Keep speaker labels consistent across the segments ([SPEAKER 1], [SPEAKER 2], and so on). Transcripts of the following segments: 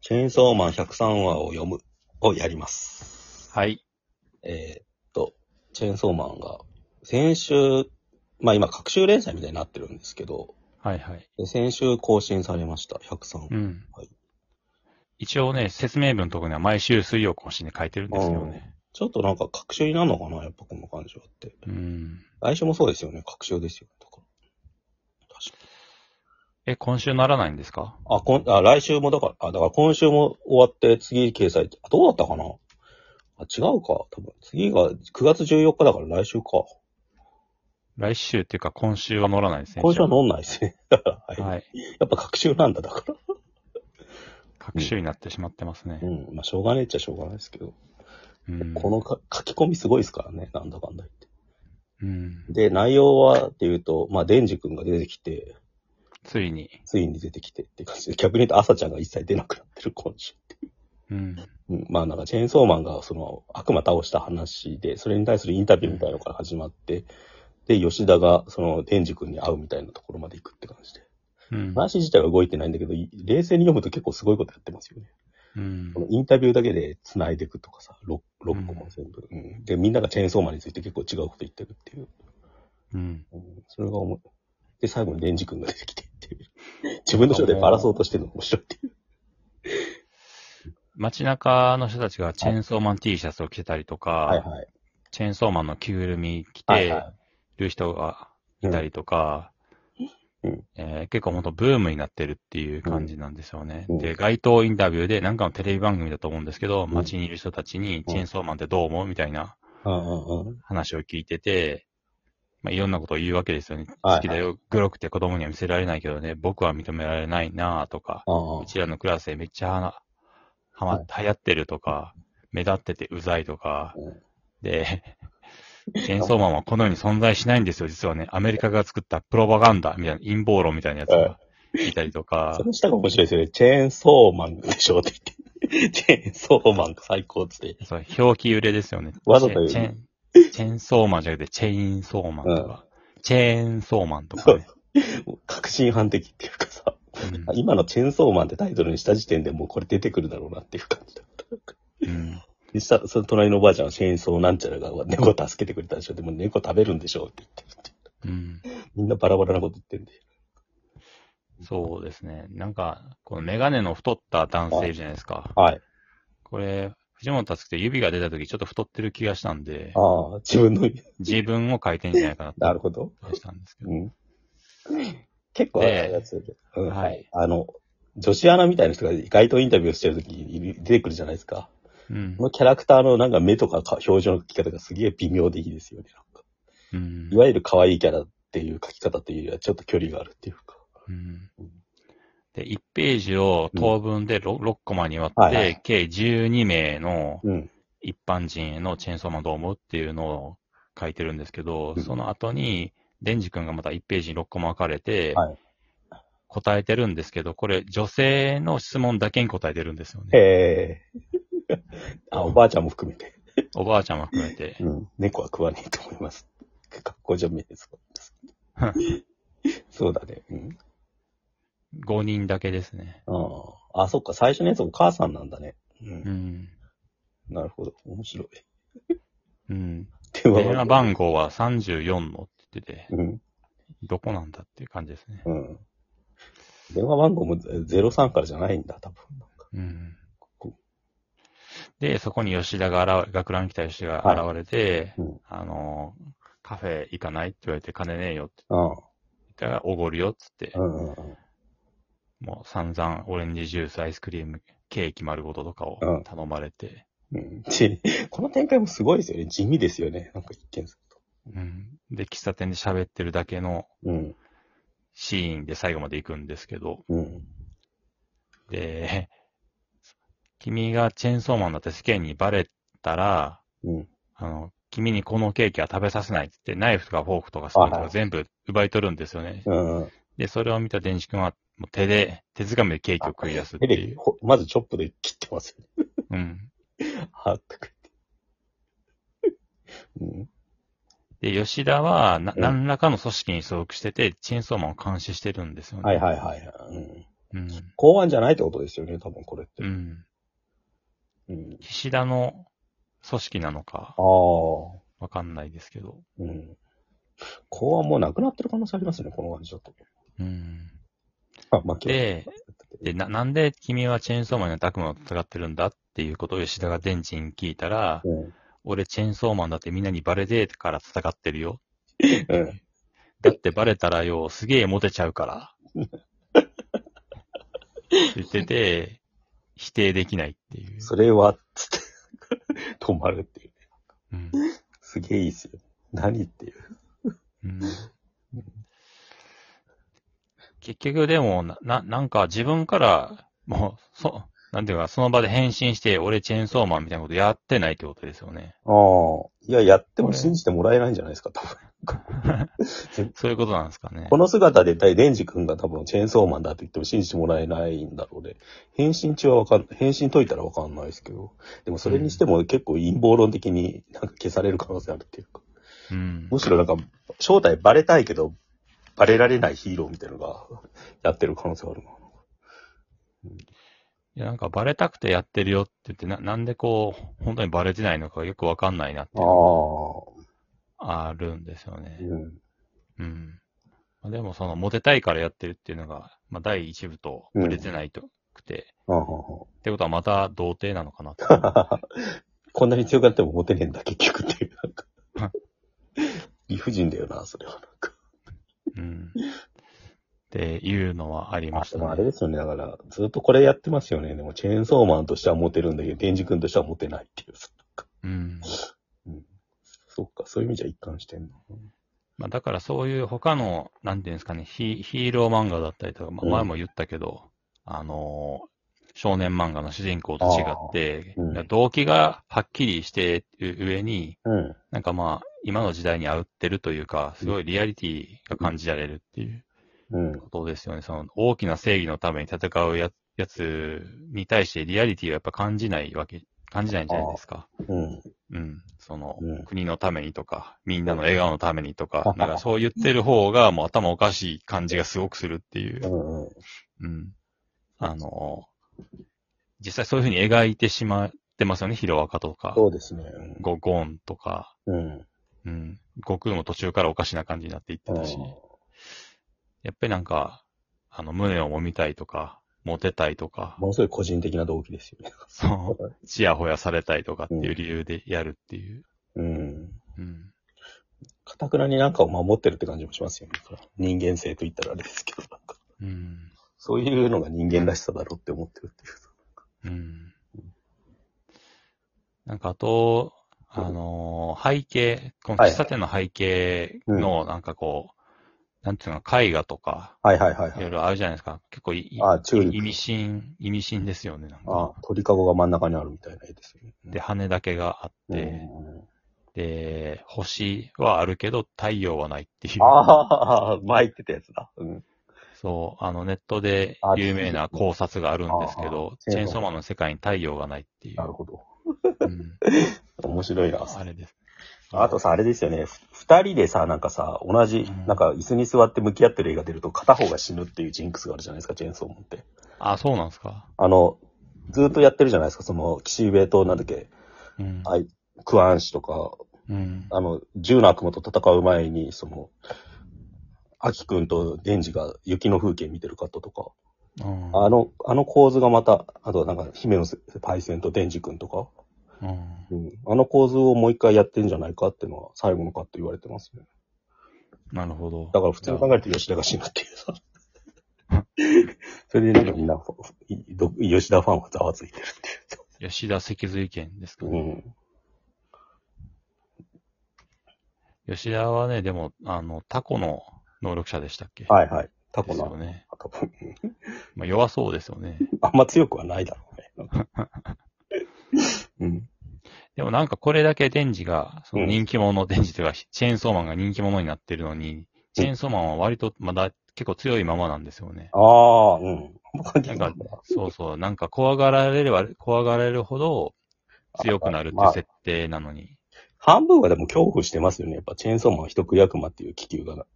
[SPEAKER 1] チェーンソーマン103話を読むをやります。
[SPEAKER 2] はい。
[SPEAKER 1] えーっと、チェーンソーマンが、先週、まあ今、各週連載みたいになってるんですけど、
[SPEAKER 2] はいはい。
[SPEAKER 1] で先週更新されました、103話。
[SPEAKER 2] うん。
[SPEAKER 1] はい
[SPEAKER 2] 一応ね、説明文のところには毎週水曜更新で書いてるんですけどね。
[SPEAKER 1] ちょっとなんか、各週になるのかなやっぱこの感じはって。
[SPEAKER 2] うん。
[SPEAKER 1] 来週もそうですよね、各週ですよね、とか。確か
[SPEAKER 2] え、今週ならないんですか
[SPEAKER 1] あ、こん、あ、来週もだから、あ、だから今週も終わって、次掲載、あ、どうだったかなあ、違うか。多分、次が9月14日だから来週か。
[SPEAKER 2] 来週っていうか今週は乗らないですね。
[SPEAKER 1] 今週は飲んないですね。だから、 はい。
[SPEAKER 2] じゃあはい。
[SPEAKER 1] やっぱ学習なんだ、だから。
[SPEAKER 2] 各週になってしまってますね
[SPEAKER 1] う。ん。まあ、しょうがねえっちゃしょうがないですけど。
[SPEAKER 2] うん。
[SPEAKER 1] このか書き込みすごいですからね、なんだかんだ言って。
[SPEAKER 2] うん。
[SPEAKER 1] で、内容はっていうと、まあ、デンジ君が出てきて、
[SPEAKER 2] ついに。
[SPEAKER 1] ついに出てきてって感じで、逆に言うと朝ちゃんが一切出なくなってる今週。
[SPEAKER 2] うん。
[SPEAKER 1] うん、まあなんかチェーンソーマンがその悪魔倒した話で、それに対するインタビューみたいなのから始まって、で、吉田がそのデンジ君に会うみたいなところまで行くって感じで。
[SPEAKER 2] うん。
[SPEAKER 1] 話自体は動いてないんだけど、い冷静に読むと結構すごいことやってますよね。
[SPEAKER 2] うん
[SPEAKER 1] こ。のインタビューだけで繋いでいくとかさ、6, 6個も全部、うんで、みんながチェーンソーマンについて結構違うこと言ってるっていう。
[SPEAKER 2] うん。
[SPEAKER 1] うん、それが思い。で、最後にレンジ君が出てきてって いう。自分の書でバラそうとしてるのが面白いっていう。
[SPEAKER 2] 街中の人たちがチェーンソーマン T シャツを着てたりとか、
[SPEAKER 1] はいはい。
[SPEAKER 2] チェーンソーマンの着ぐるみ着
[SPEAKER 1] はい
[SPEAKER 2] て
[SPEAKER 1] は
[SPEAKER 2] る人が
[SPEAKER 1] い。
[SPEAKER 2] いたりとか、
[SPEAKER 1] うん
[SPEAKER 2] えー結構本当ブームになってるっていう感じなんですよね。
[SPEAKER 1] うん
[SPEAKER 2] で、街頭インタビューで、なんかのテレビ番組だと思うんですけど、
[SPEAKER 1] ん
[SPEAKER 2] 街にいる人たちにチェーンソーマンってどう思うみたいな
[SPEAKER 1] うんうんうん。
[SPEAKER 2] 話を聞いてて、まあ、いろんなことを言うわけですよね。
[SPEAKER 1] はいはい
[SPEAKER 2] 好きだよ、グロくて子供には見せられないけどね、僕は認められないなぁとか、
[SPEAKER 1] ああ
[SPEAKER 2] うちらのクラスでめっちゃはなはま、流行ってるとか、目立っててうざいとか、
[SPEAKER 1] うん
[SPEAKER 2] で、チェーンソーマンはこの世に存在しないんですよ、実はね。アメリカが作ったプロパガンダみたいな陰謀論みたいなやつがいたりとか
[SPEAKER 1] そ、の下が面白いですよね。チェーンソーマンでしょって言って。チェーンソーマンが最高っつって。
[SPEAKER 2] そう表記揺れですよね。
[SPEAKER 1] わざと言う
[SPEAKER 2] チェーンチェーンチェーンソーマンじゃなくて、チェーンソーマンとか、チェーンソーマンとかね。
[SPEAKER 1] 確信犯的っていうかさ、
[SPEAKER 2] うん
[SPEAKER 1] 今のチェーンソーマンってタイトルにした時点でもうこれ出てくるだろうなっていう感じだった。
[SPEAKER 2] うん
[SPEAKER 1] でしたその隣のおばあちゃんはチェーンソーなんちゃらが猫助けてくれたでしょ。でも猫食べるんでしょって言ってるって。
[SPEAKER 2] うん
[SPEAKER 1] みんなバラバラなこと言ってるんで。
[SPEAKER 2] そうですね。なんか、このメガネの太った男性いるじゃないですか。
[SPEAKER 1] はい。
[SPEAKER 2] これ、藤本つくて指が出た時ちょっと太ってる気がしたんで、
[SPEAKER 1] ああ、自分の、
[SPEAKER 2] 自分を書いてんじゃないかなって
[SPEAKER 1] なるほど。
[SPEAKER 2] 気がしたんですけど。
[SPEAKER 1] うん。結構あるやつだけど、うん、
[SPEAKER 2] はい
[SPEAKER 1] あの、女子アナみたいな人が街頭インタビューしてるときに出てくるじゃないですか。
[SPEAKER 2] うん
[SPEAKER 1] このキャラクターのなんか目とかか表情の描き方がすげえ微妙でいいですよね。なんか
[SPEAKER 2] うん
[SPEAKER 1] いわゆる可愛いキャラっていう描き方というよりはちょっと距離があるっていうか。
[SPEAKER 2] うんで、1ページを当分で 6, コマに割って、
[SPEAKER 1] はいはい
[SPEAKER 2] 計12名の
[SPEAKER 1] うん。
[SPEAKER 2] 一般人へのチェーンソーマンどう思うっていうのを書いてるんですけど、
[SPEAKER 1] うん
[SPEAKER 2] その後に、デンジ君がまた1ページに6コマ分かれて
[SPEAKER 1] はい、
[SPEAKER 2] 答えてるんですけど、これ女性の質問だけに答えてるんですよね。
[SPEAKER 1] へえ。 あ、おばあちゃんも含めて。
[SPEAKER 2] おばあちゃんも含めて。
[SPEAKER 1] うん。猫は食わねえと思います。格好じゃねえです。そうだね。うん。
[SPEAKER 2] 5人だけですね。
[SPEAKER 1] ああ、そっか。最初のやつお母さんなんだね。うん
[SPEAKER 2] う。ん。
[SPEAKER 1] なるほど。面白い。
[SPEAKER 2] うん。
[SPEAKER 1] 電
[SPEAKER 2] 電話番号は34のって言ってて、
[SPEAKER 1] うん。
[SPEAKER 2] どこなんだっていう感じですね。
[SPEAKER 1] うん。電話番号も03からじゃないんだ、多分。
[SPEAKER 2] うん
[SPEAKER 1] こ
[SPEAKER 2] で、そこに吉田が現れ、学ラン来た吉田が現れて、
[SPEAKER 1] はいうん
[SPEAKER 2] あの、カフェ行かないって言われて金ねえよって
[SPEAKER 1] うん。
[SPEAKER 2] 言ったら、おごるよって言って、
[SPEAKER 1] うんうんうん。
[SPEAKER 2] もう散々オレンジジュース、アイスクリーム、ケーキ丸ごととかを
[SPEAKER 1] うん
[SPEAKER 2] 頼まれて、
[SPEAKER 1] うん地この展開もすごいですよね。地味ですよね。なんか一見する
[SPEAKER 2] うんで、喫茶店で喋ってるだけの
[SPEAKER 1] と。うん。
[SPEAKER 2] シーンで最後まで行くんですけど、
[SPEAKER 1] うん。
[SPEAKER 2] で、 君がチェーンソーマンだって世間にバレたら、
[SPEAKER 1] うん。
[SPEAKER 2] あの、君にこのケーキは食べさせないって言って、ナイフとかフォークとかスプーンと
[SPEAKER 1] はいはい
[SPEAKER 2] か全部奪い取るんですよね。
[SPEAKER 1] うん。
[SPEAKER 2] で、それを見た電子君は、もう手で、手掴みでケーキを食い出すって
[SPEAKER 1] 手
[SPEAKER 2] い
[SPEAKER 1] で
[SPEAKER 2] う。、
[SPEAKER 1] ほまずチョップで切ってますよね。
[SPEAKER 2] うん。
[SPEAKER 1] はーっとくって。うん。
[SPEAKER 2] で、吉田は、な、
[SPEAKER 1] うん
[SPEAKER 2] 何らかの組織に所属してて、チェーンソーマンを監視してるんですよね。
[SPEAKER 1] はいはいはい。うん。
[SPEAKER 2] うん。
[SPEAKER 1] 公安じゃないってことですよね、多分これって。
[SPEAKER 2] うん。
[SPEAKER 1] うん。
[SPEAKER 2] 岸田の組織なのか、
[SPEAKER 1] ああ。
[SPEAKER 2] わかんないですけど。
[SPEAKER 1] うん。公安もうなくなってる可能性ありますね、この感じだと。
[SPEAKER 2] うん。
[SPEAKER 1] あ、まあ、今日
[SPEAKER 2] で、で、な、なんで君はチェーンソーマンになって悪魔と戦ってるんだっていうことを吉田がデンジに聞いたら、
[SPEAKER 1] うん。
[SPEAKER 2] 俺チェーンソーマンだってみんなにバレてから戦ってるよ。
[SPEAKER 1] うん。
[SPEAKER 2] だってバレたらよ、すげえモテちゃうから。って言ってて、否定できないっていう。
[SPEAKER 1] それは、つって、 止まるっていう。
[SPEAKER 2] うん。
[SPEAKER 1] すげえいいっすよ。何っていう。
[SPEAKER 2] うん結局でも、な、ななんか自分から、もう、そ、なんていうか、その場で返信して、俺チェーンソーマンみたいなことやってないってことですよね。
[SPEAKER 1] ああ。いや、やっても
[SPEAKER 2] ね
[SPEAKER 1] 信じてもらえないんじゃないですか、多分。
[SPEAKER 2] そういうことなんですかね
[SPEAKER 1] こ。の姿で大デンジ君が多分チェーンソーマンだって言っても信じてもらえないんだろうね。返信中はわかん、返信解いたらわかんないですけど。でもそれにしても結構陰謀論的になんか消される可能性あるっていうか。
[SPEAKER 2] うん
[SPEAKER 1] む。しろなんか、正体バレたいけど、バレられないヒーローみたいなのが、 やってる可能性あるな。
[SPEAKER 2] いや、なんかバレたくてやってるよって言って、な、なんでこう、本当にバレてないのかよくわかんないなっていうの
[SPEAKER 1] あ
[SPEAKER 2] があるんですよ
[SPEAKER 1] う
[SPEAKER 2] ね。
[SPEAKER 1] ん。
[SPEAKER 2] うん。まあでもその、モテたいからやってるっていうのが、まあ第一部と、
[SPEAKER 1] うん
[SPEAKER 2] ブレてないと、くて、
[SPEAKER 1] ああ。
[SPEAKER 2] ってことはまた童貞なのかなって。
[SPEAKER 1] こんなに強がってもモテねえんだ、結局っていう。なんか
[SPEAKER 2] はい
[SPEAKER 1] 理不尽だよな、それは。なんか。
[SPEAKER 2] うん。っていうのはありまし
[SPEAKER 1] で
[SPEAKER 2] た
[SPEAKER 1] もあれ
[SPEAKER 2] ね。
[SPEAKER 1] ですよね、だから、ずっとこれやってますよね。でも、チェーンソーマンとしてはモテるんだけど、デンジ君としてはモテないっていう。そっか
[SPEAKER 2] うん。
[SPEAKER 1] そっか、そういう意味じゃ一貫してんの。
[SPEAKER 2] まあだからそういう他の、なんていうんですかね、ヒヒーロー漫画だったりとか、まあ
[SPEAKER 1] うん
[SPEAKER 2] 前も言ったけど、あのー少年漫画の主人公と違って、
[SPEAKER 1] あーうん
[SPEAKER 2] 動機がはっきりしている上に、
[SPEAKER 1] うん。
[SPEAKER 2] なんかまあ、今の時代に合ってるというか、すごいリアリティが感じられるっていう
[SPEAKER 1] うん。
[SPEAKER 2] ことですよね。その大きな正義のために戦うややつに対してリアリティはやっぱ感じないわけ、感じないんじゃないですか。
[SPEAKER 1] うん。
[SPEAKER 2] うん。その、
[SPEAKER 1] うん、
[SPEAKER 2] 国のためにとか、みんなの笑顔のためにとかなんかそう言ってる方がもう頭おかしい感じがすごくするっていうう。
[SPEAKER 1] ん。うん。
[SPEAKER 2] うん。あの、実際そういうふうに描いてしまってますよね、ヒロアカとか、
[SPEAKER 1] そうですね。
[SPEAKER 2] ゴゴンとか、
[SPEAKER 1] うん。
[SPEAKER 2] うん。悟空も途中からおかしな感じになっていって
[SPEAKER 1] うん
[SPEAKER 2] たし、やっぱりなんか、あの、胸を揉みたいとか、モテたいとか、
[SPEAKER 1] ものすごい個人的な動機ですよね。
[SPEAKER 2] そう、ちやほやされたいとかっていう理由でやるっていう。
[SPEAKER 1] うん。
[SPEAKER 2] うん。
[SPEAKER 1] かたくなになんかを守ってるって感じもしますよね。人間性と言ったらあれですけど、なんか、
[SPEAKER 2] うん。
[SPEAKER 1] そういうのが人間らしさだろうって思ってるっていう。
[SPEAKER 2] うんなんかあと、
[SPEAKER 1] うん
[SPEAKER 2] あのー背景、この
[SPEAKER 1] はい
[SPEAKER 2] 喫茶店の背景の、なんかこう、なんていうの、絵画とか、
[SPEAKER 1] はいはいはい
[SPEAKER 2] い
[SPEAKER 1] は
[SPEAKER 2] ろい
[SPEAKER 1] い。
[SPEAKER 2] ろあるじゃないですか。結構い、い
[SPEAKER 1] あチューリップ
[SPEAKER 2] 意味深、意味深ですよね、なん
[SPEAKER 1] あ
[SPEAKER 2] か。
[SPEAKER 1] 鳥かごが真ん中にあるみたいな絵ですよね。
[SPEAKER 2] で、羽だけがあっ
[SPEAKER 1] うん、
[SPEAKER 2] て、で、星はあるけど太陽はないっていう。
[SPEAKER 1] ああ、前言ってたやつだ。うん。
[SPEAKER 2] そう、あのネットで
[SPEAKER 1] あ
[SPEAKER 2] 有名な考察があるんですけど、
[SPEAKER 1] あー
[SPEAKER 2] チェーンソーマンの世界に太陽がないっていう
[SPEAKER 1] な。るほど。
[SPEAKER 2] うん
[SPEAKER 1] 面白いな。
[SPEAKER 2] あれです。
[SPEAKER 1] あとさ、あれですよね。ふ二人でさ、なんかさ、同じ
[SPEAKER 2] うん、
[SPEAKER 1] なんか椅子に座って向き合ってる映画出ると片方が死ぬっていうジンクスがあるじゃないですか、チェーンソーマンって。
[SPEAKER 2] あ、そうなんですか。
[SPEAKER 1] あの、ずーっとやってるじゃないですか、その、岸辺と、なんだっけ、
[SPEAKER 2] うん。
[SPEAKER 1] あい、クアン氏とか、
[SPEAKER 2] うん。
[SPEAKER 1] あの、銃の悪魔と戦う前に、その、アキくんとデンジが雪の風景見てるカットとか、
[SPEAKER 2] うん
[SPEAKER 1] あの、あの構図がまた、あとなんか、姫のパイセンとデンジくんとか、
[SPEAKER 2] うん
[SPEAKER 1] うん、あの構図をもう一回やってんじゃないかっていうのは最後のカット言われてますね。
[SPEAKER 2] なるほど。
[SPEAKER 1] だから普通に考えると吉田が死ぬっていうさ。 それでなんかみんな、いど吉田ファンはざわついてるっていう。
[SPEAKER 2] 吉田脊髄剣ですか、
[SPEAKER 1] うん。
[SPEAKER 2] 吉田はね、でも、あの、タコの能力者でしたっけ
[SPEAKER 1] はいはい。タ
[SPEAKER 2] で
[SPEAKER 1] コ
[SPEAKER 2] すよ
[SPEAKER 1] な、
[SPEAKER 2] ね。
[SPEAKER 1] 多分、
[SPEAKER 2] まあ、弱そうですよね。
[SPEAKER 1] あんま強くはないだろうね。うん。
[SPEAKER 2] でもなんかこれだけデンジが、その
[SPEAKER 1] うん
[SPEAKER 2] 人気者、デンジというか、チェーンソーマンが人気者になってるのに、チェーンソーマンは割とまだ結構強いままなんですよね。
[SPEAKER 1] ああ、うん。あんま関係な
[SPEAKER 2] な
[SPEAKER 1] んいな
[SPEAKER 2] か、そうそう、なんか怖がられれば、怖がられるほど強くなるっていう設定なのに。
[SPEAKER 1] 半分はでも恐怖してますよね。やっぱチェーンソーマンは人食い悪魔っていう気球が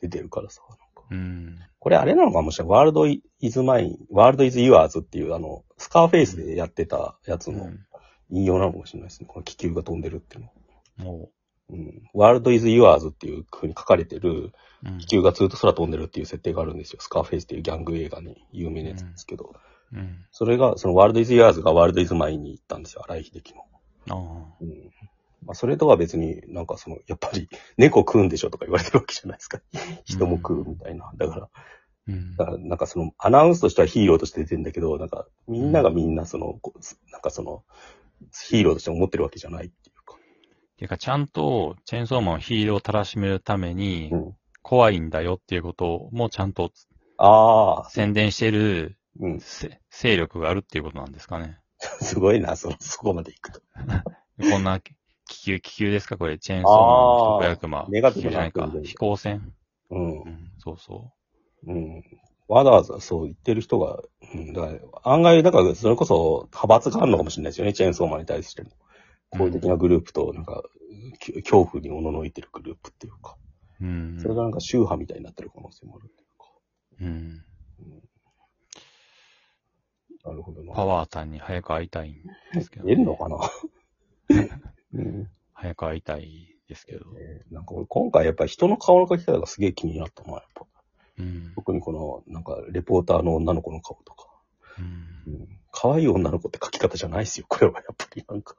[SPEAKER 1] 出てるからさ。なんか
[SPEAKER 2] うん。
[SPEAKER 1] これあれなのかもしれない。ワールドイズマイン、ワールドイズユアーズっていう、あの、スカーフェイスでやってたやつの引用なのかもしれないですね。この気球が飛んでるっていうの。
[SPEAKER 2] も
[SPEAKER 1] うん。ワールドイズユアーズっていう風に書かれてる、
[SPEAKER 2] う、うん
[SPEAKER 1] 気球がずっと空飛んでるっていう設定があるんですよ。スカーフェイスっていうギャング映画に有名なやつですけど。
[SPEAKER 2] うん。
[SPEAKER 1] それが、そのワールドイズユアーズがワールドイズマインに行ったんですよ。荒井秀樹の。
[SPEAKER 2] ああ。
[SPEAKER 1] うん。まあ、それとは別になんかその、やっぱり、猫食うんでしょとか言われてるわけじゃないですか。人も食うみたいな。だから、
[SPEAKER 2] うん
[SPEAKER 1] だ。からなんかその、アナウンスとしてはヒーローとして出てんだけど、なんか、みんながみんなその、こうなんかその、ヒーローとして思ってるわけじゃないっていうか。
[SPEAKER 2] ていうか、ちゃんと、チェーンソーマンをヒールをたらしめるために
[SPEAKER 1] う、ん。
[SPEAKER 2] 怖いんだよっていうこともちゃんと
[SPEAKER 1] ああ、
[SPEAKER 2] 宣伝してる
[SPEAKER 1] うん。
[SPEAKER 2] せ勢力があるっていうことなんですかね。
[SPEAKER 1] すごいな、その、そこまで行くと。
[SPEAKER 2] こんな気球、気球ですかこれ、チェーンソーマン、
[SPEAKER 1] あー
[SPEAKER 2] 人悪魔。
[SPEAKER 1] ネガティ
[SPEAKER 2] 気球
[SPEAKER 1] ブ
[SPEAKER 2] じゃな
[SPEAKER 1] ない
[SPEAKER 2] か。飛行船。
[SPEAKER 1] うん
[SPEAKER 2] う。ん、そうそ
[SPEAKER 1] うん。わざわざそう言ってる人が、うん、だから案外、だからそれこそ派閥があるのかもしれないですよね、チェーンソーマンに対しての。好意的なグループと、なんか、き恐怖におののいてるグループっていうか、
[SPEAKER 2] う。うん。
[SPEAKER 1] それがなんか宗派みたいになってる可能性もあるってい
[SPEAKER 2] うん。
[SPEAKER 1] うか。なるほどな。
[SPEAKER 2] パワーさんに早く会いたいんですけど、
[SPEAKER 1] 出るのかな うん、
[SPEAKER 2] 早く会いたいですけど。
[SPEAKER 1] えーなんか俺今回やっぱり人の顔の描き方がすげえ気になったな、やっぱ。
[SPEAKER 2] うん。
[SPEAKER 1] 特にこの、なんか、レポーターの女の子の顔とか。
[SPEAKER 2] う、
[SPEAKER 1] うんん。可愛い女の子って描き方じゃないですよ、これはやっぱりなんか。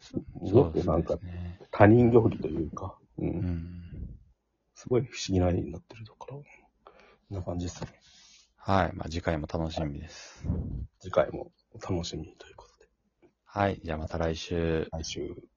[SPEAKER 1] す
[SPEAKER 2] そ
[SPEAKER 1] ご
[SPEAKER 2] うで
[SPEAKER 1] く
[SPEAKER 2] す
[SPEAKER 1] なんか
[SPEAKER 2] ね。
[SPEAKER 1] 他人行儀というか、う。
[SPEAKER 2] うんん。
[SPEAKER 1] すごい不思議な絵になってるだから。こんな感じですね。
[SPEAKER 2] はい。まあ、次回も楽しみです。
[SPEAKER 1] 次回もお楽しみということで。
[SPEAKER 2] はい。じゃあまた来週。
[SPEAKER 1] 来週。